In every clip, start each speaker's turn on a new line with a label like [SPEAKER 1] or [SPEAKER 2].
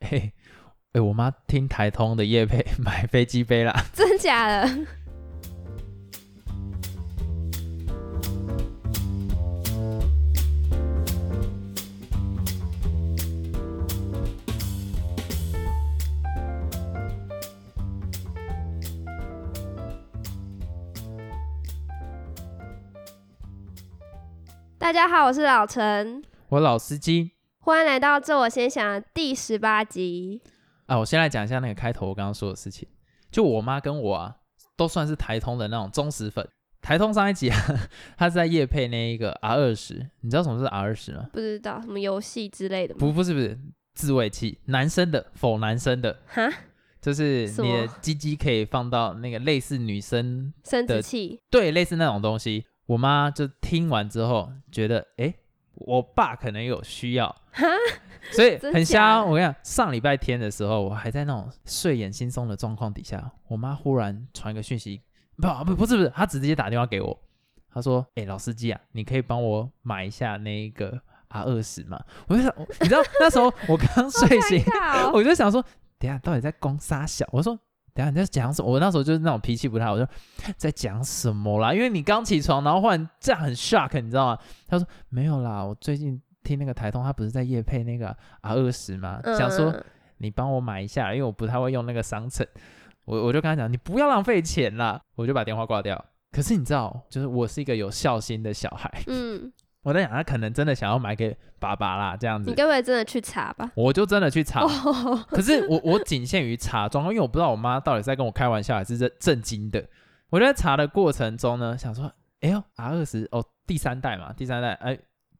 [SPEAKER 1] 嘿、哎我妈听台通的夜配 买飞机杯啦。
[SPEAKER 2] 真假的？大家好，我是老陈，
[SPEAKER 1] 我老司机
[SPEAKER 2] 欢迎来到《这我先想》的第十八集。
[SPEAKER 1] 啊，我先来讲一下那个开头我刚刚说的事情。就我妈跟我啊，都算是台通的那种忠实粉。台通上一集啊， 她是在夜配那一个 R 二十，你知道什么是 R 二十吗？
[SPEAKER 2] 不知道什么游戏之类的吗？
[SPEAKER 1] 不，不是，不是自慰器，男生的，否男生的，
[SPEAKER 2] 哈，
[SPEAKER 1] 就是
[SPEAKER 2] 什
[SPEAKER 1] 你的
[SPEAKER 2] 么
[SPEAKER 1] 鸡鸡可以放到那个类似女生
[SPEAKER 2] 生
[SPEAKER 1] 的
[SPEAKER 2] 殖器
[SPEAKER 1] 对，类似那种东西。我妈就听完之后觉得，诶，我爸可能有需要，
[SPEAKER 2] 哈，
[SPEAKER 1] 所以
[SPEAKER 2] 真
[SPEAKER 1] 很
[SPEAKER 2] 假
[SPEAKER 1] 瞎
[SPEAKER 2] 的
[SPEAKER 1] 哦。我跟你讲，上礼拜天的时候，我还在那种睡眼惺忪的状况底下，我妈忽然传个讯息，不不不是不是，她直接打电话给我，她说：“诶，老司机啊，你可以帮我买一下那个 R 二十嘛？”我就想，我你知道那时候我刚 睡醒，
[SPEAKER 2] 好尴尬哦
[SPEAKER 1] 我就想说，等一下到底在攻杀小？我说。等一下你在讲什么？我那时候就是那种脾气不太好，我说在讲什么啦？因为你刚起床，然后忽然这样很 shock，你知道吗？他说没有啦，我最近听那个台通，他不是在夜配那个 R 二十吗？想说
[SPEAKER 2] 嗯
[SPEAKER 1] 你帮我买一下，因为我不太会用那个商城。我我就跟他讲，你不要浪费钱啦，我就把电话挂掉。可是你知道，就是我是一个有孝心的小孩，
[SPEAKER 2] 嗯，
[SPEAKER 1] 我在想他可能真的想要买给爸爸啦，这样
[SPEAKER 2] 你
[SPEAKER 1] 子，
[SPEAKER 2] 该不会真的去查吧？
[SPEAKER 1] 我就真的去查。
[SPEAKER 2] 哦，
[SPEAKER 1] 可是我我仅限于查妆，因为我不知道我妈到底是在跟我开玩笑还是正正经的。我就在查的过程中呢，想说，哎呦，R 二十哦，第三代嘛，第三代，哎，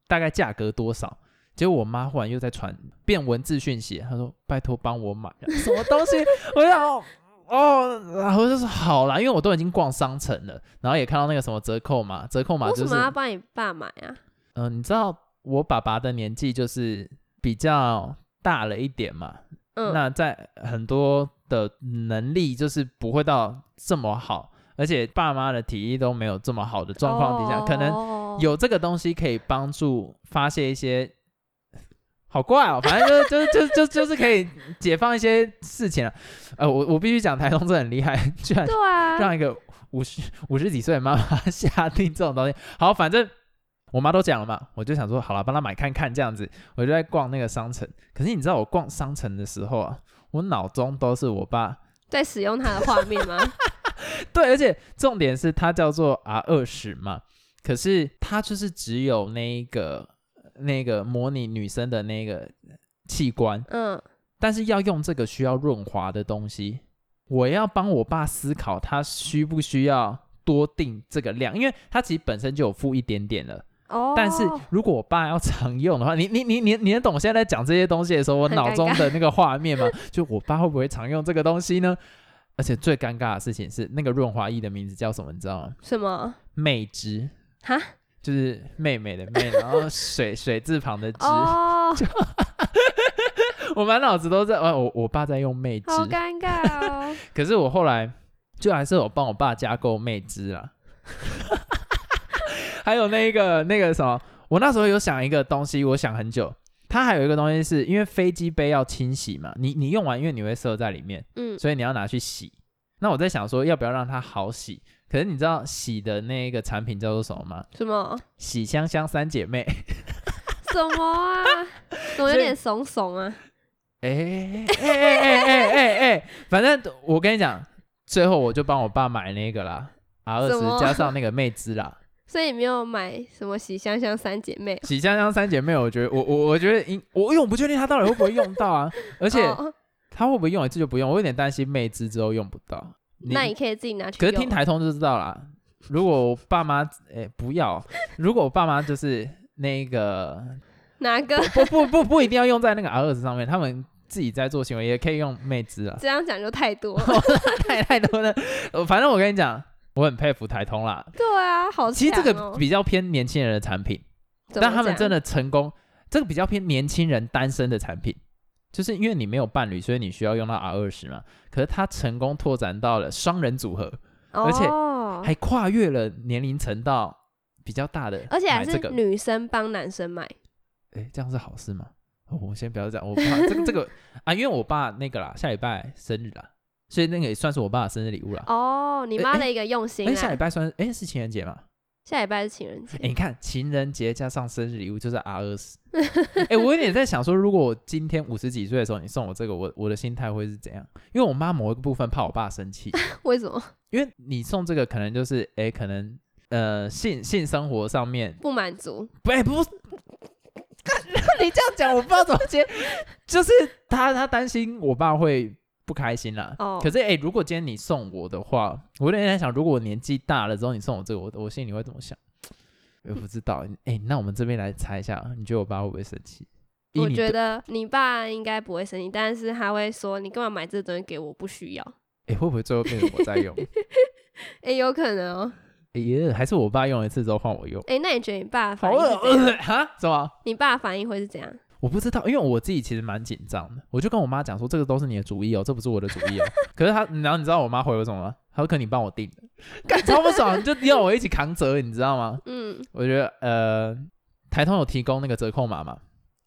[SPEAKER 1] 大概价格多少？结果我妈忽然又在传变文字讯息，她说：“拜托帮我买啊什么东西。” 我就想哦哦，然后就说好啦，因为我都已经逛商城了，然后也看到那个什么折扣码，折扣码
[SPEAKER 2] 为
[SPEAKER 1] 就
[SPEAKER 2] 什
[SPEAKER 1] 是
[SPEAKER 2] 么要帮你爸买啊？
[SPEAKER 1] 嗯、你知道我爸爸的年纪就是比较大了一点嘛，
[SPEAKER 2] 嗯，
[SPEAKER 1] 那在很多的能力就是不会到这么好，而且爸妈的体力都没有这么好的状况
[SPEAKER 2] 哦
[SPEAKER 1] 底下，可能
[SPEAKER 2] 能
[SPEAKER 1] 有这个东西可以帮助发泄一些，好怪哦， 反正就是就是就是就是可以解放一些事情啊。呃，我我必须讲，台东真的很厉害， 居然
[SPEAKER 2] 对啊，
[SPEAKER 1] 让一个五十五十几岁的妈妈 下定这种东西。好，反正我妈都讲了嘛，我就想说，好了，帮她买看看这样子。我就在逛那个商城，可是你知道我逛商城的时候啊，我脑中都是我爸。
[SPEAKER 2] 在使用它的画面吗？
[SPEAKER 1] 对，而且重点是它叫做 R 二十嘛，可是它就是只有那一个那个模拟女生的那个器官，
[SPEAKER 2] 嗯，
[SPEAKER 1] 但是要用这个需要润滑的东西，我要帮我爸思考他需不需要多定这个量，因为他其实本身就有付一点点了。
[SPEAKER 2] 哦，
[SPEAKER 1] 但是如果我爸要常用的话，你你你你你能懂我现在在讲这些东西的时候，我
[SPEAKER 2] 很
[SPEAKER 1] 脑
[SPEAKER 2] 尴
[SPEAKER 1] 中
[SPEAKER 2] 尬
[SPEAKER 1] 的那个画面 吗？就我爸会不会常用这个东西呢？而且最尴尬的事情是，那个润滑液的名字叫什么？你知道吗？
[SPEAKER 2] 什么？
[SPEAKER 1] 妹汁，
[SPEAKER 2] 哈，
[SPEAKER 1] 就是妹妹的妹，然后水水字旁的汁。
[SPEAKER 2] 哦，
[SPEAKER 1] 我满脑子都在，呃我我爸在用妹汁。
[SPEAKER 2] 好尴尬 哦，
[SPEAKER 1] 可是我后来就还是有帮我爸加购妹汁啦， 还有那个那个什么，我那时候有想一个东西，我想很久。它还有一个东西是因为飞机杯要清洗嘛，你你用完，因为你会射在里面，
[SPEAKER 2] 嗯，
[SPEAKER 1] 所以你要拿去洗。那我在想说，要不要让它好洗？可是你知道洗的那个产品叫做什么吗？
[SPEAKER 2] 什么
[SPEAKER 1] 洗香香三姐妹。
[SPEAKER 2] 什么啊？怎么有点怂怂啊？
[SPEAKER 1] 哎哎哎哎哎哎哎，反正我跟你讲，最后我就帮我爸买那个啦，R 二
[SPEAKER 2] 什么
[SPEAKER 1] 十加上那个妹汁啦。
[SPEAKER 2] 所以你没有买什么喜香香三姐妹，
[SPEAKER 1] 喜香香三姐妹，我觉得我我我觉得应我因为我不确定她到底会不会用到 啊，而
[SPEAKER 2] 而
[SPEAKER 1] 且她会不会用一次就不用，我有点担心妹汁之后用不到。你
[SPEAKER 2] 那你可以自己拿去
[SPEAKER 1] 可
[SPEAKER 2] 用。
[SPEAKER 1] 是听台通就知道啦。如果我爸妈诶、不要，如果我爸妈就是那个
[SPEAKER 2] 哪个？ ，
[SPEAKER 1] 不不不不一定要用在那个 R 二十上面，他们自己在做行为也可以用妹汁啊
[SPEAKER 2] 这样讲就 太 多了。
[SPEAKER 1] 太太多了。呃反正我跟你讲，我很佩服台通啦。
[SPEAKER 2] 对啊，好、强
[SPEAKER 1] 其实这个
[SPEAKER 2] 哦
[SPEAKER 1] 比较偏年轻人的产品，但他们真，的成功，这个比较偏年轻人单身的产品，就是因为你没有伴侣，所以你需要用到 R 二十嘛。可是它成功拓展到了双人组合，
[SPEAKER 2] 怎么
[SPEAKER 1] 而且
[SPEAKER 2] 讲哦、
[SPEAKER 1] 还跨越了年龄层到比较大的，
[SPEAKER 2] 而且还
[SPEAKER 1] 买
[SPEAKER 2] 是
[SPEAKER 1] 这个，
[SPEAKER 2] 女生帮男生买，
[SPEAKER 1] 哎，这样是好事吗？哦我先不要这样，我怕这个这个啊，因为我爸那个啦，下礼拜生日啦，所以那个也算是我爸的生日礼物啦。
[SPEAKER 2] 哦，你
[SPEAKER 1] 哎
[SPEAKER 2] 妈
[SPEAKER 1] 哎
[SPEAKER 2] 的一个用心
[SPEAKER 1] 哎、下礼
[SPEAKER 2] 啊！
[SPEAKER 1] 拜算哎、是情人节嘛？
[SPEAKER 2] 下礼拜是情人节
[SPEAKER 1] 哎、，你看情人节加上生日礼物就是 R 二十。哎，我有点在想说，如果我今天五十几岁的时候你送我这个，我我的心态会是怎样？因为我妈某一个部分怕我爸生气，
[SPEAKER 2] 为什么
[SPEAKER 1] 因为你送这个可能就是哎、可能呃性性生活上面
[SPEAKER 2] 不满足？
[SPEAKER 1] 不哎、不是。 你这样讲，我不知道怎么接。就是他，他担心我爸会不开心啦。
[SPEAKER 2] 哦
[SPEAKER 1] 可是哎、如果今天你送我的话，我有点在想，如果我年纪大了之后你送我这个，我我心里会怎么 想？我不知道。哎、那我们这边来猜一下，你觉得我爸会不会生气？以
[SPEAKER 2] 我
[SPEAKER 1] 你
[SPEAKER 2] 觉
[SPEAKER 1] 对，
[SPEAKER 2] 得你爸应该不会生气，但是他会说你干嘛买这东西给我，不需要。
[SPEAKER 1] 哎、会不会最后变成我在用？
[SPEAKER 2] 哎，有可能哦。
[SPEAKER 1] 哎耶、还是我爸用一次之后换我用？
[SPEAKER 2] 哎，那你觉得你爸的
[SPEAKER 1] 好
[SPEAKER 2] 反应
[SPEAKER 1] 恶
[SPEAKER 2] 是怎样？
[SPEAKER 1] 哈？什么？
[SPEAKER 2] 你爸的反应会是怎样？
[SPEAKER 1] 我不知道，因为我自己其实蛮紧张的，我就跟我妈讲说，这个都是你的主意哦，这不是我的主 意哦。可是她，然后你知道我妈回我什么吗？她说：“可你帮我定的，干超不爽，就要我一起扛责，你知道吗？
[SPEAKER 2] 嗯，
[SPEAKER 1] 我觉得呃，台通有提供那个折扣码嘛，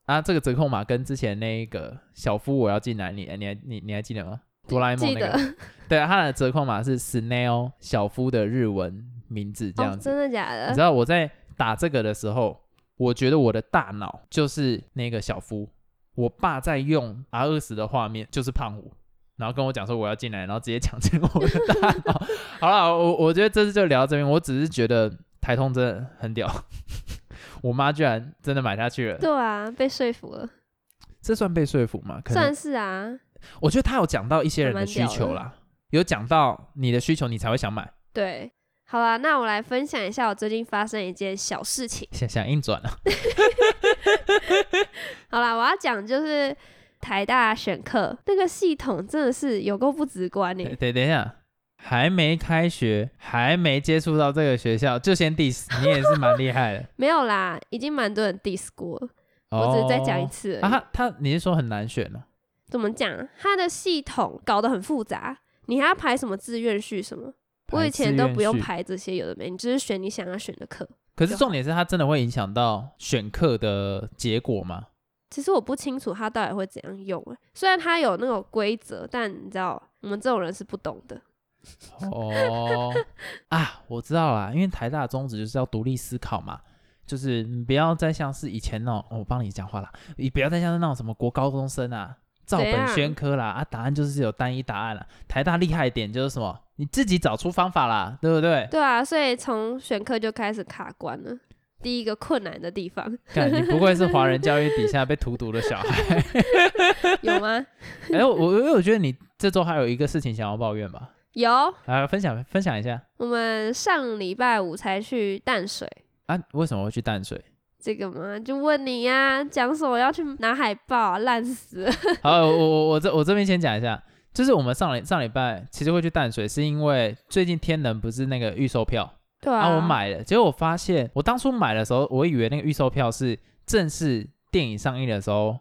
[SPEAKER 1] 啊，这个折扣码跟之前那个小夫我要进来，你你还你你还记得吗？哆啦 A 梦
[SPEAKER 2] 记
[SPEAKER 1] 那
[SPEAKER 2] 得
[SPEAKER 1] 个，对啊，它的折扣码是 Snail 小夫的日文名字这
[SPEAKER 2] 哦
[SPEAKER 1] 样，子
[SPEAKER 2] 真。的假
[SPEAKER 1] 你
[SPEAKER 2] 的
[SPEAKER 1] 知？道我在打这个的时候，我觉得我的大脑就是那个小夫，我爸在用 R 二十的画面就是胖虎，然后跟我讲说我要进来，然后直接抢进我的大脑。 好了，我我觉得这次就聊到这边，我只是觉得台通真的很屌， 我妈居然真的买下去了，
[SPEAKER 2] 对啊，被说服了，
[SPEAKER 1] 这算被说服吗？可能
[SPEAKER 2] 算是啊，
[SPEAKER 1] 我觉得他有讲到一些人的需
[SPEAKER 2] 还蛮
[SPEAKER 1] 求
[SPEAKER 2] 屌的
[SPEAKER 1] 啦，有讲到你的需求，你才会想买，
[SPEAKER 2] 对。好啦，那我来分享一下我最近发生一件小事情。
[SPEAKER 1] 想想硬转啊。
[SPEAKER 2] 好啦，我要讲就是台大选课那个系统真的是有够不直观欸呢、
[SPEAKER 1] 等等等一下，还没开学，还没接触到这个学校，就先 diss，你也是蛮厉害的。
[SPEAKER 2] 没有啦，已经蛮多人 diss 过了， 我只是再讲一
[SPEAKER 1] 哦
[SPEAKER 2] 次而已。
[SPEAKER 1] 啊，他他你是说很难选哦？
[SPEAKER 2] 怎么讲？它的系统搞得很复杂，你还要排什么志愿序什么？我以前都不用
[SPEAKER 1] 排志愿序，
[SPEAKER 2] 排这些，有的没，你就是选你想要选的课。
[SPEAKER 1] 可是重点是它真的会影响到选课的结果吗？
[SPEAKER 2] 其实我不清楚它到底会怎样用、欸，虽然它有那种规则，但你知道我们这种人是不懂的。
[SPEAKER 1] 哦啊，我知道啦，因为台大的宗旨就是要独立思考嘛，就是你不要再像是以前那种，哦我帮你讲话啦，你不要再像是那种什么国高中生啊，照
[SPEAKER 2] 怎样
[SPEAKER 1] 本宣科啦，啊，答案就是有单一答案啦。台大厉害一点就是什么，你自己找出方法啦，对不对？
[SPEAKER 2] 对啊，所以从选课就开始卡关了，第一个困难的地方
[SPEAKER 1] 看你不愧是华人教育底下被荼毒的小孩。
[SPEAKER 2] 有吗？
[SPEAKER 1] 哎，我我我觉得你这周还有一个事情想要抱怨吧？
[SPEAKER 2] 有，
[SPEAKER 1] 来分享分享一下
[SPEAKER 2] 我们上礼拜五才去淡水，
[SPEAKER 1] 啊，为什么会去淡水？
[SPEAKER 2] 这个嘛，就问你呀、讲什么要去拿海报、啊，烂死了。
[SPEAKER 1] 好，我我我这我这边先讲一下，就是我们上礼上礼拜其实会去淡水，是因为最近天能不是那个预售票
[SPEAKER 2] 对
[SPEAKER 1] 啊，我买了，结果我发现我当初买的时候，我以为那个预售票是正式电影上映的时候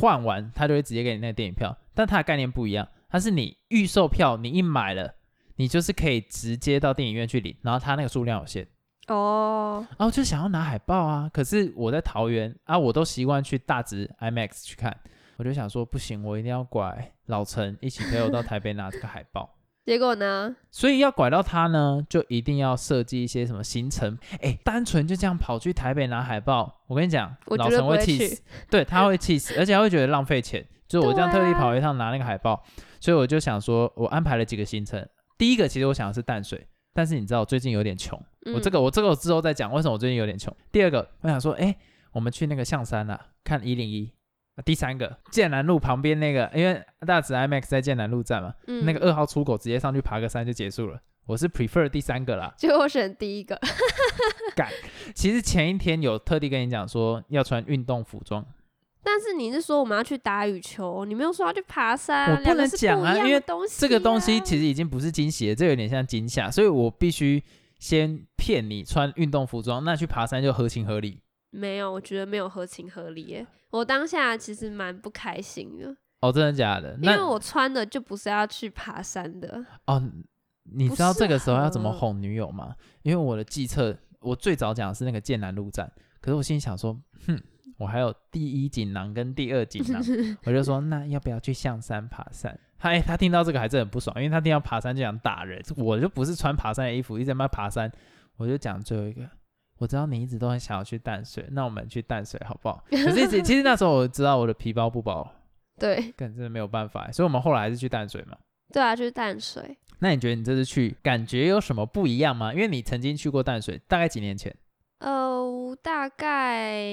[SPEAKER 1] 换完，他就会直接给你那个电影票，但它的概念不一样，它是你预售票你一买了，你就是可以直接到电影院去领，然后它那个数量有限。
[SPEAKER 2] 哦，
[SPEAKER 1] 啊，我就想要拿海报啊，可是我在桃园啊，我都习惯去大直 IMAX 去看，我就想说不行，我一定要拐老陈一起陪我到台北拿这个海报。
[SPEAKER 2] 结果呢？
[SPEAKER 1] 所以要拐到他呢，就一定要设计一些什么行程。哎，单纯就这样跑去台北拿海报，我跟你讲，
[SPEAKER 2] 我
[SPEAKER 1] 老
[SPEAKER 2] 绝对
[SPEAKER 1] 陈
[SPEAKER 2] 不会
[SPEAKER 1] 气
[SPEAKER 2] 去
[SPEAKER 1] 死，对他会气死，而且他会觉得浪费钱。就我这样
[SPEAKER 2] 对
[SPEAKER 1] 特
[SPEAKER 2] 啊
[SPEAKER 1] 地跑一趟拿那个海报，所以我就想说，我安排了几个行程。第一个其实我想的是淡水，但是你知道我最近有点穷，
[SPEAKER 2] 嗯、
[SPEAKER 1] 我这个我这个我之后再讲，为什么我最近有点穷。第二个，我想说，哎、我们去那个象山啊，看一零一。啊第三个，剑南路旁边那个，因为大直 IMAX 在剑南路站嘛，
[SPEAKER 2] 嗯。
[SPEAKER 1] 那个二号出口直接上去爬个山就结束了。我是 prefer 第三个啦
[SPEAKER 2] 结果我选第一个，
[SPEAKER 1] 其实前一天有特地跟你讲说要穿运动服装，
[SPEAKER 2] 但是你是说我们要去打羽球，你没有说要去爬山，
[SPEAKER 1] 我不
[SPEAKER 2] 两个
[SPEAKER 1] 能
[SPEAKER 2] 是
[SPEAKER 1] 讲啊
[SPEAKER 2] 不一样的
[SPEAKER 1] 因为
[SPEAKER 2] 东西、啊、
[SPEAKER 1] 这个东西其实已经不是惊喜了，这有点像惊吓，所以我必须先骗你穿运动服装，那去爬山就合情合理。
[SPEAKER 2] 没有，我觉得没有合情合理耶。我当下其实蛮不开心的，
[SPEAKER 1] 哦，真的假的？
[SPEAKER 2] 因
[SPEAKER 1] 那
[SPEAKER 2] 为我穿的就不是要去爬山的。
[SPEAKER 1] 哦，你
[SPEAKER 2] 不
[SPEAKER 1] 知道
[SPEAKER 2] 适
[SPEAKER 1] 这个时候要怎么
[SPEAKER 2] 合
[SPEAKER 1] 哄女友吗？因为我的计策，我最早讲的是那个剑南路站，可是我心里想说，哼，我还有第一锦囊跟第二锦囊，我就说那要不要去象山爬山？他、哎，他听到这个还真的很不爽，因为他听到爬山就想打人，我就不是穿爬山的衣服，一直在那边爬山，我就讲最后一个。我知道你一直都很想要去淡水，那我们去淡水好不好？可是其其实那时候我知道我的皮包不包，
[SPEAKER 2] 对
[SPEAKER 1] 干真的没有办法，欸所以我们后来还是去淡水嘛。
[SPEAKER 2] 对啊，就是淡水，
[SPEAKER 1] 那你觉得你这次去感觉有什么不一样吗？因为你曾经去过淡水，大概几年前？
[SPEAKER 2] 呃，大概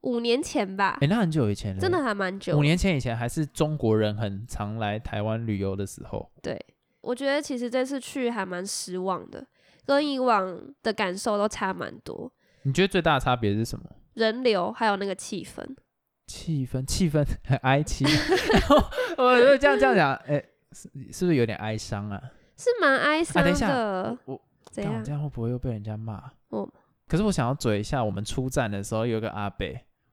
[SPEAKER 2] 五年前吧，
[SPEAKER 1] 哎诶，那很久以前了，
[SPEAKER 2] 真的还蛮久
[SPEAKER 1] 五
[SPEAKER 2] 的。
[SPEAKER 1] 年前以前还是中国人很常来台湾旅游的时候。
[SPEAKER 2] 对，我觉得其实这次去还蛮失望的，跟以往的感受都差蛮多，
[SPEAKER 1] 你觉得最大的差别是什么？
[SPEAKER 2] 人流还有那个气氛。
[SPEAKER 1] 气氛，气氛很哀戚。 我就这样这样讲，哎、是是不是有点哀伤啊？
[SPEAKER 2] 是蛮哀伤
[SPEAKER 1] 等一下
[SPEAKER 2] 的。
[SPEAKER 1] 我
[SPEAKER 2] 怎
[SPEAKER 1] 但我
[SPEAKER 2] 样？
[SPEAKER 1] 这样会不会又被人家骂？
[SPEAKER 2] 啊我
[SPEAKER 1] 可是我想要嘴一下，我们出站的时候有个阿伯，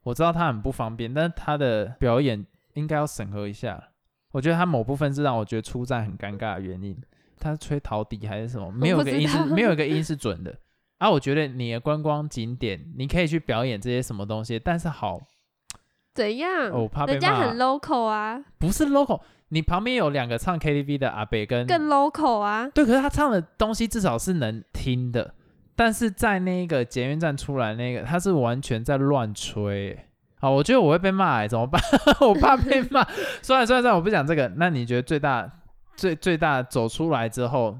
[SPEAKER 1] 我知道他很不方便，但是他的表演应该要审核一下。我觉得他某部分是让我觉得出站很尴尬的原因。他吹陶笛还是什么？没有一个音是
[SPEAKER 2] 我不知道
[SPEAKER 1] 没有一个音是准的。啊，我觉得你的观光景点，你可以去表演这些什么东西，但是好，
[SPEAKER 2] 怎样？
[SPEAKER 1] 哦我怕被
[SPEAKER 2] 嗯人家
[SPEAKER 1] 骂
[SPEAKER 2] 很 local 啊，
[SPEAKER 1] 不是 local。你旁边有两个唱 KTV 的阿伯跟
[SPEAKER 2] 更 local 啊。
[SPEAKER 1] 对，可是他唱的东西至少是能听的，但是在那个捷运站出来那个，他是完全在乱吹欸。好，我觉得我会被骂、欸，怎么办？ 我怕被骂。算了算了算了，我不讲这个。那你觉得最大最最大走出来之后，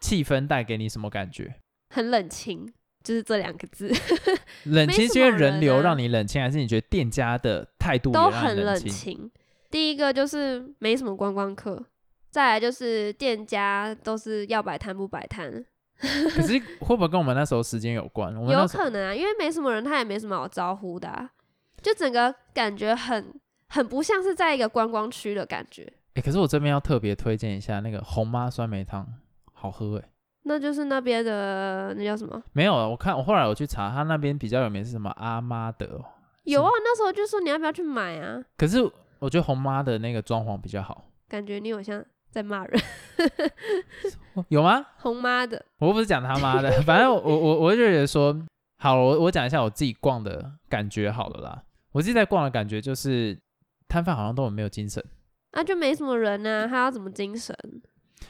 [SPEAKER 1] 气氛带给你什么感觉？
[SPEAKER 2] 很冷清，就是这两个字
[SPEAKER 1] 冷
[SPEAKER 2] 没
[SPEAKER 1] 清
[SPEAKER 2] 什
[SPEAKER 1] 是因为
[SPEAKER 2] 么
[SPEAKER 1] 人
[SPEAKER 2] 人
[SPEAKER 1] 流
[SPEAKER 2] 啊
[SPEAKER 1] 让你冷清，还是你觉得店家的态度也
[SPEAKER 2] 都
[SPEAKER 1] 让你
[SPEAKER 2] 很
[SPEAKER 1] 啊冷
[SPEAKER 2] 冷
[SPEAKER 1] 清？
[SPEAKER 2] 清。第一个就是没什么观光客，再来就是店家都是要摆摊不摆摊，
[SPEAKER 1] 可是会不会跟我们那时候时间有关？我们
[SPEAKER 2] 有
[SPEAKER 1] 那时候
[SPEAKER 2] 可能啊，因为没什么人，他也没什么好招呼的、啊，就整个感觉很很不像是在一个观光区的感觉。
[SPEAKER 1] 哎、可是我这边要特别推荐一下那个红妈酸梅汤，好喝哎、
[SPEAKER 2] 那就是那边的那叫什么？
[SPEAKER 1] 没有，啊我看我后来我去查，他那边比较有名是什么阿妈的哦，
[SPEAKER 2] 有啊，那时候就说你要不要去买啊？
[SPEAKER 1] 可是我觉得红妈的那个装潢比较好，
[SPEAKER 2] 感觉你好像在骂人，
[SPEAKER 1] 哦有吗？
[SPEAKER 2] 红妈的。
[SPEAKER 1] 我又不是讲他妈的， 反正我我我就觉得说，好，我我讲一下我自己逛的感觉好了啦。我自己在逛的感觉就是，摊贩好像都很没有精神，
[SPEAKER 2] 啊，就没什么人呐、啊，他要怎么精神？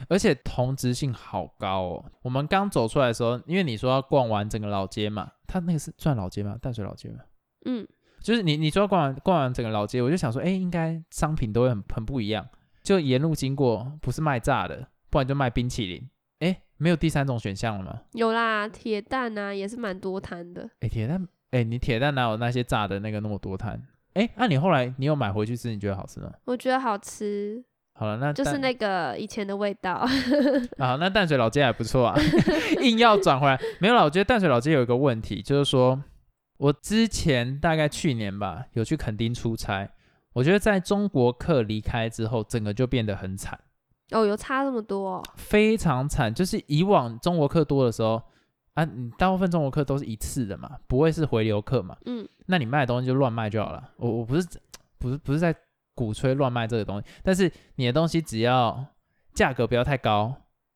[SPEAKER 1] 而且同质性好高哦。我们刚走出来的时候，因为你说要逛完整个老街嘛，他那个是算老街吗？淡水老街吗？
[SPEAKER 2] 嗯，
[SPEAKER 1] 就是你你说逛完逛完整个老街，我就想说，哎、应该商品都会很很不一样。就沿路经过，不是卖炸的，不然就卖冰淇淋。哎、没有第三种选项了吗？
[SPEAKER 2] 有啦，铁蛋呐、也是蛮多摊的。
[SPEAKER 1] 哎、铁蛋，哎、你铁蛋哪有那些炸的那个那么多摊？哎、那、你后来你有买回去吃，你觉得好吃吗？
[SPEAKER 2] 我觉得好吃，
[SPEAKER 1] 好了，那
[SPEAKER 2] 就是
[SPEAKER 1] 淡
[SPEAKER 2] 那个以前的味道。
[SPEAKER 1] 啊，那淡水老街还不错啊，硬要转回来。没有啦，我觉得淡水老街有一个问题，就是说我之前大概去年吧，有去垦丁出差，我觉得在中国客离开之后，整个就变得很惨。
[SPEAKER 2] 哦，有差这么多、哦？
[SPEAKER 1] 非常惨，就是以往中国客多的时候啊，你大部分中国客都是一次的嘛，不会是回流客嘛，
[SPEAKER 2] 嗯，
[SPEAKER 1] 那你卖的东西就乱卖就好了。我我不是不是不是在鼓吹乱卖这个东西，但是你的东西只要价格不要太高，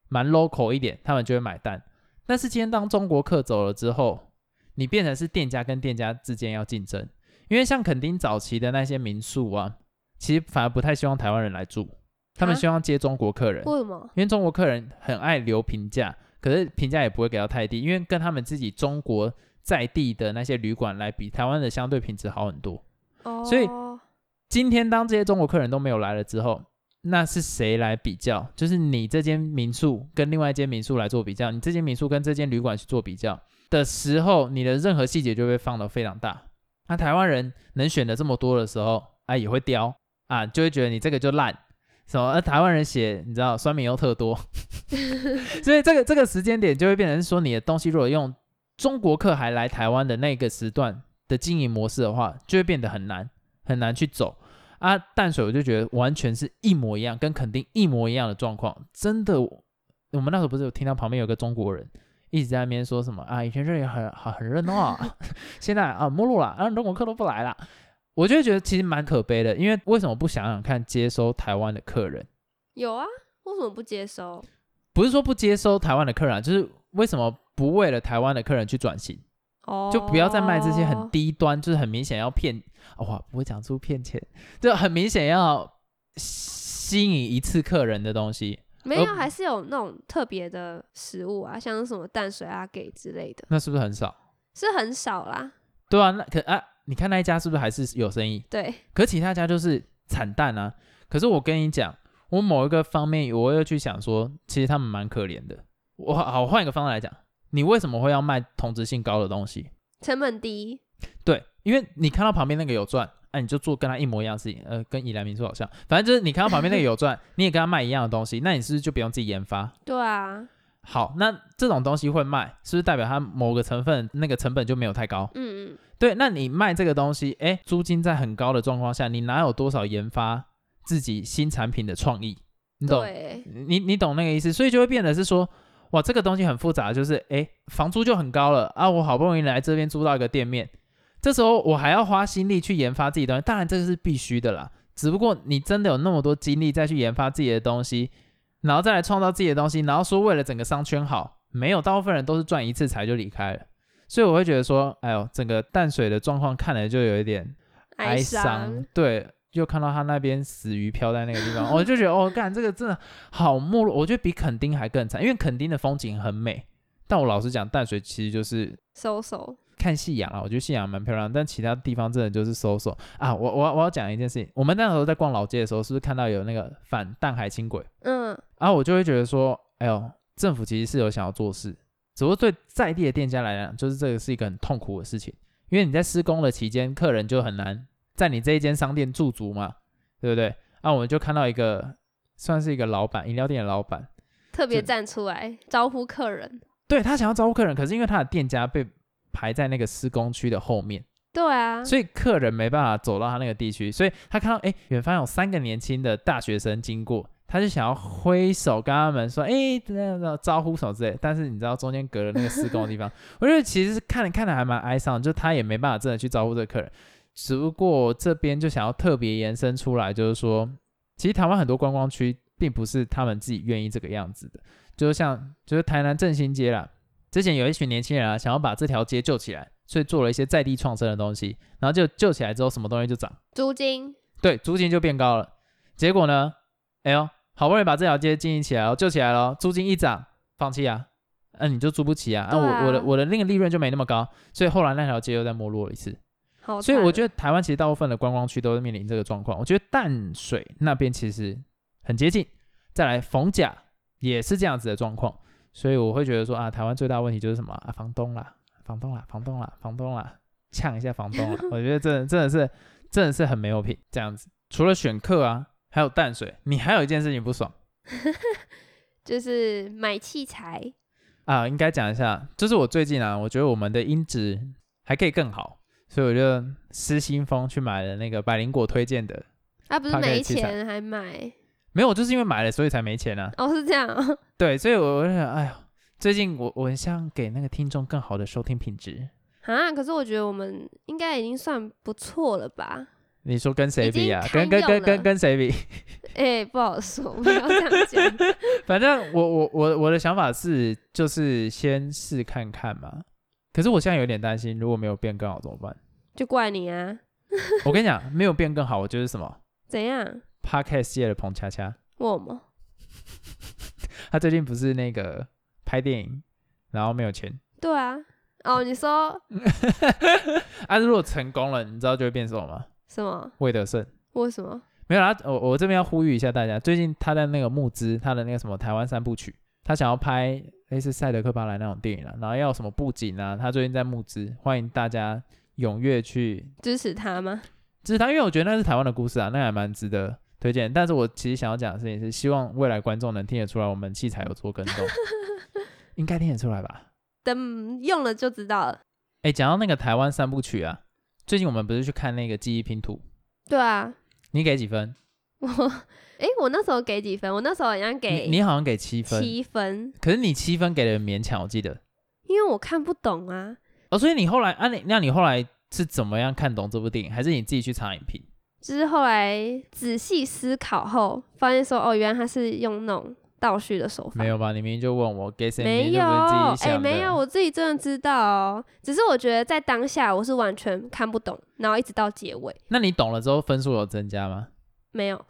[SPEAKER 1] 蛮 local 一点，他们就会买单。但是今天当中国客走了之后，你变成是店家跟店家之间要竞争，因为像垦丁早期的那些民宿啊，其实反而不太希望台湾人来住，他们
[SPEAKER 2] 啊
[SPEAKER 1] 希望接中国客人。
[SPEAKER 2] 为什么？
[SPEAKER 1] 因为中国客人很爱留评价，可是评价也不会给到太低，因为跟他们自己中国在地的那些旅馆来比，台湾的相对品质好很多。
[SPEAKER 2] 哦，
[SPEAKER 1] 所以今天当这些中国客人都没有来了之后，那是谁来比较？就是你这间民宿跟另外一间民宿来做比较，你这间民宿跟这间旅馆去做比较的时候，你的任何细节就被放得非常大。那台湾人能选的这么多的时候，啊，也会挑啊，就会觉得你这个就烂。什么？而啊台湾人写，你知道，酸民又特多，所以这个这个时间点就会变成说，你的东西如果用中国客还来台湾的那个时段的经营模式的话，就会变得很难很难去走。啊，淡水我就觉得完全是一模一样，跟垦丁一模一样的状况，真的。我我们那时候不是有听到旁边有个中国人一直在那边说什么啊，以前这里很很很热闹啊， 现在啊没落了，啊中国客都不来了。我就会觉得其实蛮可悲的，因为为什么不想想看接收台湾的客人？
[SPEAKER 2] 有啊，为什么不接收？
[SPEAKER 1] 不是说不接收台湾的客人啊，就是为什么不为了台湾的客人去转型？
[SPEAKER 2] 哦，
[SPEAKER 1] 就不要再卖这些很低端，就是很明显要骗，哦哇，不会讲出骗钱，就很明显要吸引一次客人的东西。
[SPEAKER 2] 没
[SPEAKER 1] 而
[SPEAKER 2] 有，还是有那种特别的食物啊，像是什么淡水阿给之类的，
[SPEAKER 1] 那是不是很少？
[SPEAKER 2] 是很少啦。
[SPEAKER 1] 对啊，那可啊，你看那一家是不是还是有生意？
[SPEAKER 2] 对，
[SPEAKER 1] 可其他家就是惨淡啊。可是我跟你讲，我某一个方面，我又去想说，其实他们蛮可怜的。我好我换一个方面来讲，你为什么会要卖同质性高的东西？
[SPEAKER 2] 成本低，
[SPEAKER 1] 对，因为你看到旁边那个有赚，那、你就做跟他一模一样的事情，呃，跟以来民宿好像，反正就是你看到旁边那个有赚， 你也跟他卖一样的东西，那你是不是就不用自己研发？
[SPEAKER 2] 对啊，
[SPEAKER 1] 好，那这种东西会卖，是不是代表它某个成分那个成本就没有太高？
[SPEAKER 2] 嗯嗯，
[SPEAKER 1] 对，那你卖这个东西，哎，租金在很高的状况下，你哪有多少研发自己新产品的创意？你懂？
[SPEAKER 2] 对，
[SPEAKER 1] 你你懂那个意思？所以就会变得是说，哇，这个东西很复杂，就是哎，房租就很高了啊，我好不容易来这边租到一个店面，这时候我还要花心力去研发自己的东西，当然这个是必须的啦。只不过你真的有那么多精力再去研发自己的东西，然后再来创造自己的东西，然后说为了整个商圈好，没有，大部分人都是赚一次财就离开了。所以我会觉得说，哎呦，整个淡水的状况看来就有一点
[SPEAKER 2] 哀
[SPEAKER 1] 伤，对，又看到他那边死鱼漂在那个地方，我就觉得哦，干这个真的好没落，我觉得比垦丁还更惨，因为垦丁的风景很美，但我老实讲，淡水其实就是
[SPEAKER 2] 收手，
[SPEAKER 1] 看夕阳啊，我觉得夕阳蛮漂亮，但其他地方真的就是收手啊。我我我要讲一件事情，我们那时候在逛老街的时候，是不是看到有那个反淡海轻轨？
[SPEAKER 2] 嗯，
[SPEAKER 1] 啊，我就会觉得说，哎呦，政府其实是有想要做事，只不过对在地的店家来讲，就是这个是一个很痛苦的事情，因为你在施工的期间，客人就很难在你这一间商店驻足嘛，对不对？啊，我们就看到一个算是一个老板，饮料店的老板，
[SPEAKER 2] 特别
[SPEAKER 1] 这
[SPEAKER 2] 站出来招呼客人，
[SPEAKER 1] 对他想要招呼客人，可是因为他的店家被排在那个施工区的后面，
[SPEAKER 2] 对啊，
[SPEAKER 1] 所以客人没办法走到他那个地区，所以他看到哎，诶远方有三个年轻的大学生经过，他就想要挥手跟他们说，哎，那那招呼什么之类的。但是你知道中间隔了那个施工的地方，我觉得其实是看了看了还蛮哀伤，就他也没办法真的去招呼这个客人。只不过这边就想要特别延伸出来，就是说，其实台湾很多观光区并不是他们自己愿意这个样子的，就是像就是台南振兴街啦，之前有一群年轻人啊，想要把这条街救起来，所以做了一些在地创生的东西，然后就救起来之后，什么东西就涨，
[SPEAKER 2] 租金
[SPEAKER 1] 对，租金就变高了。结果呢，哎呦，好不容易把这条街经营起来哦，救起来了哦，租金一涨，放弃啊，那、你就租不起啊，那、
[SPEAKER 2] 对啊
[SPEAKER 1] 我我的我的那个利润就没那么高，所以后来那条街又再没落了一次。
[SPEAKER 2] 好惨，
[SPEAKER 1] 所以我觉得台湾其实大部分的观光区都是面临这个状况。我觉得淡水那边其实很接近，再来逢甲也是这样子的状况，所以我会觉得说啊，台湾最大问题就是什么啊，房东啦，房东啦，房东啦，房东啦，呛一下房 东啦，我觉得真的真的是真的是很没有品这样子。除了选课啊，还有淡水，你还有一件事情不爽
[SPEAKER 2] 就是买器材，
[SPEAKER 1] 啊，应该讲一下，就是我最近啊，我觉得我们的音质还可以更好，所以我就失心疯去买了那个百灵果推荐的
[SPEAKER 2] 啊，不是
[SPEAKER 1] 他可以
[SPEAKER 2] 没
[SPEAKER 1] 器材
[SPEAKER 2] 钱还买，
[SPEAKER 1] 没有，我就是因为买了，所以才没钱啊。
[SPEAKER 2] 哦，是这样 哦，
[SPEAKER 1] 对，所以我就想，哎呦，最近我我很想给那个听众更好的收听品质。
[SPEAKER 2] 啊，可是我觉得我们应该已经算不错了吧？
[SPEAKER 1] 你说跟谁
[SPEAKER 2] 已经
[SPEAKER 1] 比啊？
[SPEAKER 2] 堪
[SPEAKER 1] 跟跟
[SPEAKER 2] 用
[SPEAKER 1] 跟
[SPEAKER 2] 了
[SPEAKER 1] 跟跟谁比？
[SPEAKER 2] 哎、不好说，不要这样讲。
[SPEAKER 1] 反正我我我我的想法是，就是先试看看嘛。可是我现在有点担心，如果没有变更好怎么 办？
[SPEAKER 2] 就怪你啊，
[SPEAKER 1] 我跟你讲，没有变更好，我就是什么
[SPEAKER 2] 怎样？
[SPEAKER 1] podcast 界的彭恰恰，
[SPEAKER 2] 我吗？
[SPEAKER 1] 他最近不是那个拍电影，然后没有钱。
[SPEAKER 2] 对啊，哦，你说
[SPEAKER 1] 啊，如果成功了，你知道就会变什么吗？
[SPEAKER 2] 什么？
[SPEAKER 1] 魏德胜。
[SPEAKER 2] 为什么？
[SPEAKER 1] 没有啦，我我这边要呼吁一下大家，最近他在那个募资，他的那个什么台湾三部曲，他想要拍类似《赛德克巴莱》那种电影啊，然后要有什么布景啊，他最近在募资，欢迎大家踊跃去
[SPEAKER 2] 支持他吗？
[SPEAKER 1] 支持他，因为我觉得那是台湾的故事啊，那还蛮值得推荐。但是我其实想要讲的事情是，希望未来观众能听得出来我们器材有做跟 动，应该听得出来吧？
[SPEAKER 2] 等用了就知道了。
[SPEAKER 1] 哎，讲到那个台湾三部曲啊，最近我们不是去看那个记忆拼图，
[SPEAKER 2] 对啊，
[SPEAKER 1] 你给几分？
[SPEAKER 2] 我，哎、我那时候给几分？我那时候好像给
[SPEAKER 1] 你你好像给七分，
[SPEAKER 2] 七分，
[SPEAKER 1] 可是你七分给的勉强，我记得。
[SPEAKER 2] 因为我看不懂啊。
[SPEAKER 1] 哦，所以你后来啊你，那你后来是怎么样看懂这部电影？还是你自己去查影评？
[SPEAKER 2] 就是后来仔细思考后，发现说，哦，原来他是用那种倒叙的手法。
[SPEAKER 1] 没有吧？你明明就问我 guess and
[SPEAKER 2] 没
[SPEAKER 1] me
[SPEAKER 2] 有，
[SPEAKER 1] 是不是自己想
[SPEAKER 2] 哎、
[SPEAKER 1] 的？
[SPEAKER 2] 没有，我自己真的知道哦。只是我觉得在当下我是完全看不懂，然后一直到结尾
[SPEAKER 1] 那你懂了之后分数有增加吗？
[SPEAKER 2] 没有。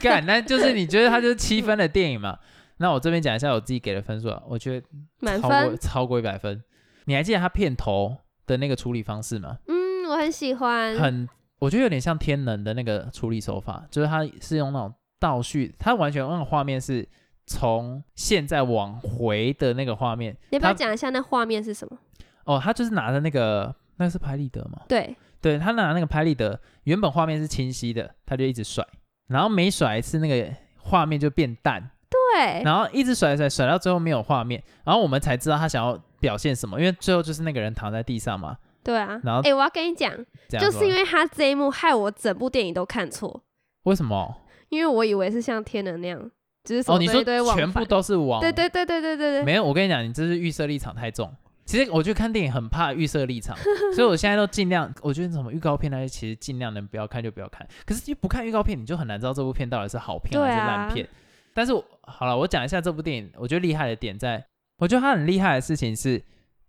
[SPEAKER 1] 干，那就是你觉得它就是七分的电影嘛？那我这边讲一下我自己给的分数啊，我觉得
[SPEAKER 2] 满
[SPEAKER 1] 超过
[SPEAKER 2] 分，
[SPEAKER 1] 超过一百分。你还记得他片头的那个处理方式吗？
[SPEAKER 2] 嗯，我很喜欢，
[SPEAKER 1] 很，我觉得有点像天能的那个处理手法，就是他是用那种倒叙，他完全那个画面是从现在往回的那个画面。
[SPEAKER 2] 你要不要
[SPEAKER 1] 他
[SPEAKER 2] 讲一下那画面是什么？
[SPEAKER 1] 哦，他就是拿着那个，那是拍立得吗？
[SPEAKER 2] 对，
[SPEAKER 1] 对他拿那个拍立得，原本画面是清晰的，他就一直甩，然后每甩一次那个画面就变淡，
[SPEAKER 2] 对，
[SPEAKER 1] 然后一直甩甩甩到最后没有画面，然后我们才知道他想要表现什么，因为最后就是那个人躺在地上嘛，
[SPEAKER 2] 对啊。
[SPEAKER 1] 然后
[SPEAKER 2] 哎、我要跟你讲，
[SPEAKER 1] 这样
[SPEAKER 2] 就是因
[SPEAKER 1] 为
[SPEAKER 2] 为他这一幕害我整部电影都看错，
[SPEAKER 1] 为什么？
[SPEAKER 2] 因为我以为是像天能那样，只是什
[SPEAKER 1] 哦，
[SPEAKER 2] 么
[SPEAKER 1] 你
[SPEAKER 2] 东
[SPEAKER 1] 说
[SPEAKER 2] 西都会往
[SPEAKER 1] 全部
[SPEAKER 2] 返
[SPEAKER 1] 都是往
[SPEAKER 2] 对对对对对 对对，
[SPEAKER 1] 没有，我跟你讲，你这是预设立场太重。其实我觉得看电影很怕预设 立场，所以我现在都尽量，我觉得什么预告片那些其实尽量能不要看就不要看。可是就不看预告片，你就很难知道这部片到底是好片还是
[SPEAKER 2] 对啊
[SPEAKER 1] 烂片。但是我好了，我讲一下这部电影，我觉得厉害的点在，我觉得它很厉害的事情是，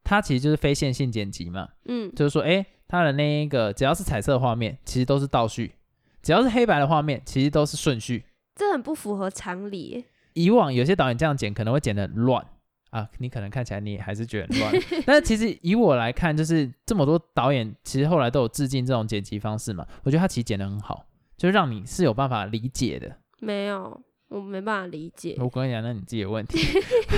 [SPEAKER 1] 它其实就是非线性剪辑嘛，
[SPEAKER 2] 嗯，
[SPEAKER 1] 就是说，哎，它的那一个只要是彩色画面，其实都是倒叙；只要是黑白的画面，其实都是顺序。
[SPEAKER 2] 这很不符合常理耶。
[SPEAKER 1] 以往有些导演这样剪可能会剪得很乱啊，你可能看起来你还是觉得很 乱，但是其实以我来看，就是这么多导演其实后来都有致敬这种剪辑方式嘛，我觉得他其实剪得很好，就是让你是有办法理解 的。
[SPEAKER 2] 没有，我没办法理解。
[SPEAKER 1] 我跟你讲，那你自己的问题。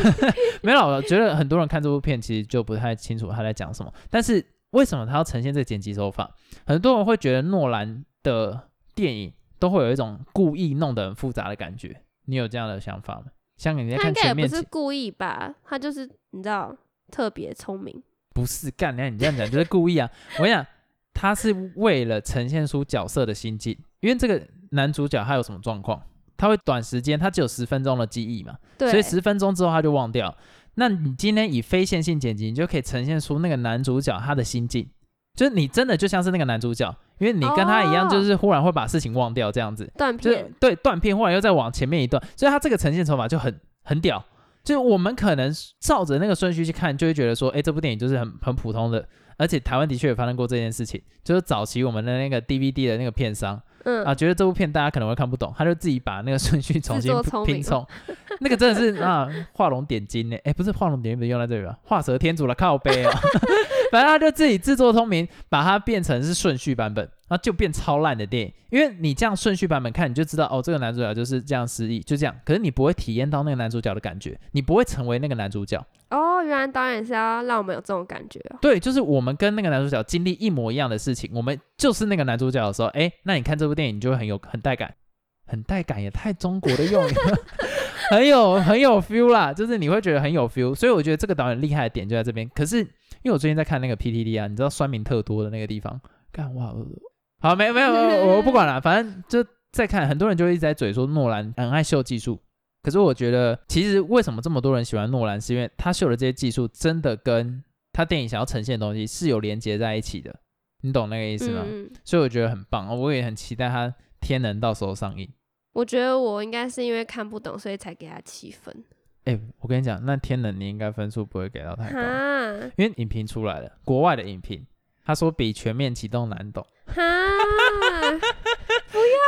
[SPEAKER 1] 没有啦，我觉得很多人看这部片其实就不太清楚他在讲什么，但是为什么他要呈现这个剪辑手法？很多人会觉得诺兰的电影都会有一种故意弄得很复杂的感觉，你有这样的想法吗？像你在
[SPEAKER 2] 他
[SPEAKER 1] 看
[SPEAKER 2] 应该也
[SPEAKER 1] 前
[SPEAKER 2] 不
[SPEAKER 1] 面
[SPEAKER 2] 是故意吧？他就是你知道特别聪明，
[SPEAKER 1] 不是干，那你这样讲就是故意啊！我跟你讲，他是为了呈现出角色的心境，因为这个男主角他有什么状况，他会短时间，他只有十分钟的记忆嘛，
[SPEAKER 2] 对，
[SPEAKER 1] 所以十分钟之后他就忘掉。那你今天以非线性剪辑，你就可以呈现出那个男主角他的心境，就是你真的就像是那个男主角，因为你跟他一样，
[SPEAKER 2] 哦
[SPEAKER 1] 就是忽然会把事情忘掉这样子。
[SPEAKER 2] 断
[SPEAKER 1] 就是
[SPEAKER 2] 片，
[SPEAKER 1] 对断片，忽然又再往前面一段，所以它这个呈现手法就很很屌。就是我们可能照着那个顺序去看，就会觉得说，哎，这部电影就是很很普通的。而且台湾的确也发生过这件事情，就是早期我们的那个 DVD 的那个片商
[SPEAKER 2] 嗯，
[SPEAKER 1] 啊，觉得这部片大家可能会看不懂，他就自己把那个顺序重新
[SPEAKER 2] 自作聪明
[SPEAKER 1] 拼凑。那个真的 是啊，画龙点睛呢，哎，不是画龙点睛，不是用在这里吧？画蛇添足了，靠背啊。 反正他就自己自作聪明，把它变成是顺序版本，然后就变超烂的电影。因为你这样顺序版本看，你就知道哦，这个男主角就是这样失忆，就这样。可是你不会体验到那个男主角的感觉，你不会成为那个男主角。
[SPEAKER 2] 哦，原来导演是要让我们有这种感觉哦。
[SPEAKER 1] 对，就是我们跟那个男主角经历一模一样的事情，我们就是那个男主角的时候，哎，那你看这部电影，你就会很有很带感，很带感也太中国的用语了， 很有很有 feel 啦，就是你会觉得很有 feel。所以我觉得这个导演厉害的点就在这边。可是因为我最近在看那个 PTT 啊，你知道酸民特多的那个地方，干哇，我好没没有没有，我不管了，反正就再看，很多人就一直在嘴说诺兰很爱秀技术。可是我觉得，其实为什么这么多人喜欢诺兰，是因为他秀的这些技术真的跟他电影想要呈现的东西是有连接在一起的，你懂那个意思吗？
[SPEAKER 2] 嗯，嗯
[SPEAKER 1] 所以我觉得很棒，哦我也很期待他《天能》到时候上映。
[SPEAKER 2] 我觉得我应该是因为看不懂，所以才给他七分。
[SPEAKER 1] 哎，我跟你讲，那《天能》你应该分数不会给到太高，
[SPEAKER 2] 哈
[SPEAKER 1] 因为影评出来了，国外的影评，他说比《全面启动》难 懂。
[SPEAKER 2] 哈，
[SPEAKER 1] 那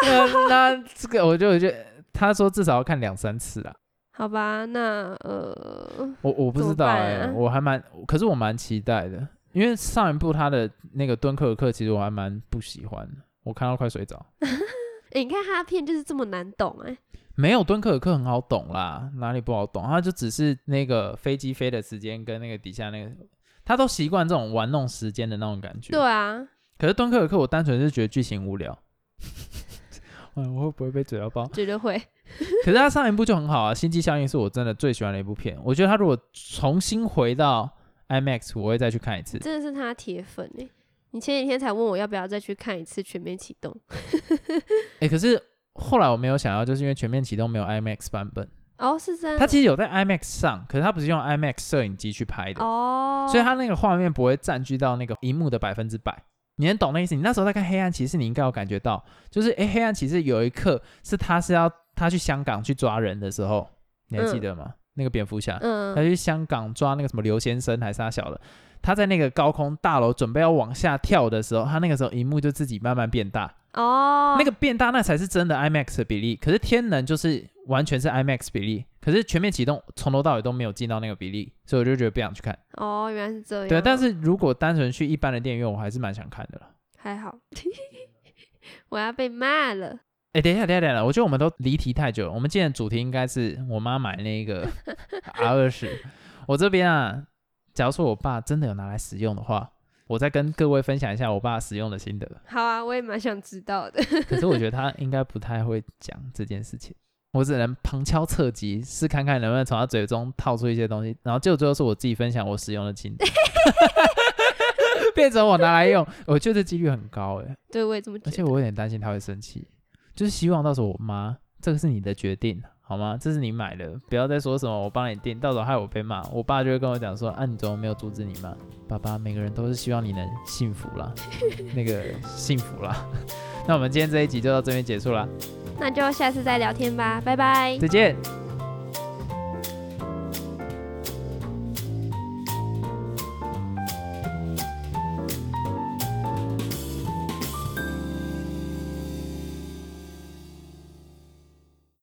[SPEAKER 1] 呃那这个我就我就他说至少要看两三次啦。啊
[SPEAKER 2] 好吧，那呃，
[SPEAKER 1] 我我不
[SPEAKER 2] 怎
[SPEAKER 1] 知
[SPEAKER 2] 么
[SPEAKER 1] 道
[SPEAKER 2] 办
[SPEAKER 1] 哎、
[SPEAKER 2] 啊
[SPEAKER 1] 我还蛮，可是我蛮期待的，因为上一部他的那个《敦刻尔克》，其实我还蛮不喜欢的，我看到快睡着。
[SPEAKER 2] 诶欸你看他的片就是这么难懂哎、
[SPEAKER 1] 没有敦刻尔克很好懂啦，哪里不好懂？他就只是那个飞机飞的时间跟那个底下那个，他都习惯这种玩弄时间的那种感觉。
[SPEAKER 2] 对。啊，
[SPEAKER 1] 可是敦刻尔克，我单纯是觉得剧情无聊。 哎，我会不会被嘴到爆？
[SPEAKER 2] 绝对会。
[SPEAKER 1] 可是他上一部就很好啊，《星际效应》是我真的最喜欢的一部片。我觉得他如果重新回到 IMAX，我会再去看一次。
[SPEAKER 2] 真的是他的铁粉哎、你前几天才问我要不要再去看一次《全面启动》
[SPEAKER 1] 哎、可是后来我没有想到，就是因为全面启动没有 IMAX 版本，
[SPEAKER 2] 哦，是这样。
[SPEAKER 1] 它其实有在 IMAX 上，可是它不是用 IMAX 摄影机去拍的，
[SPEAKER 2] 哦，
[SPEAKER 1] 所以它那个画面不会占据到那个荧幕的百分之百。你能懂那意思？你那时候在看《黑暗骑士》，你应该有感觉到，就是哎，诶黑暗骑士》有一刻是他是要他去香港去抓人的时候，你还记得吗？那个蝙蝠侠，他
[SPEAKER 2] 嗯，
[SPEAKER 1] 去香港抓那个什么刘先生还是他小的，他在那个高空大楼准备要往下跳的时候，他那个时候荧幕就自己慢慢变大，
[SPEAKER 2] 哦，
[SPEAKER 1] 那个变大那才是真的 IMAX 的比例。可是天能就是完全是 IMAX 比例，可是全面启动从头到尾都没有进到那个比例，所以我就觉得不想去看。
[SPEAKER 2] 哦，原来是这样。
[SPEAKER 1] 对，但是如果单纯去一般的电影院，我还是蛮想看的了。
[SPEAKER 2] 还好， 我要被骂了。
[SPEAKER 1] 哎，等一下，等一下，等一下，我觉得我们都离题太久了。我们今天的主题应该是我妈买那个 R 二十。我这边啊，假如说我爸真的有拿来使用的话，我再跟各位分享一下我爸使用的心得。
[SPEAKER 2] 好啊，我也蛮想知道的。
[SPEAKER 1] 可是我觉得他应该不太会讲这件事情，我只能旁敲侧击，试看看能不能从他嘴中套出一些东西，然后结果最后是我自己分享我使用的经历， 变成我拿来用，我觉得这几率很高哎，
[SPEAKER 2] 对，我也这么觉
[SPEAKER 1] 而
[SPEAKER 2] 得
[SPEAKER 1] 且。我有点担心他会生气，就是希望到时候我妈，这个是你的决定。好吗？这是你买的，不要再说什么我帮你订，到时候害我被骂。我爸就会跟我讲说：“啊，你怎么没有阻止你妈？爸爸，每个人都是希望你能幸福 啦，那个幸福啦。” 那我们今天这一集就到这边结束啦。
[SPEAKER 2] 那就下次再聊天吧，拜拜。
[SPEAKER 1] 再见。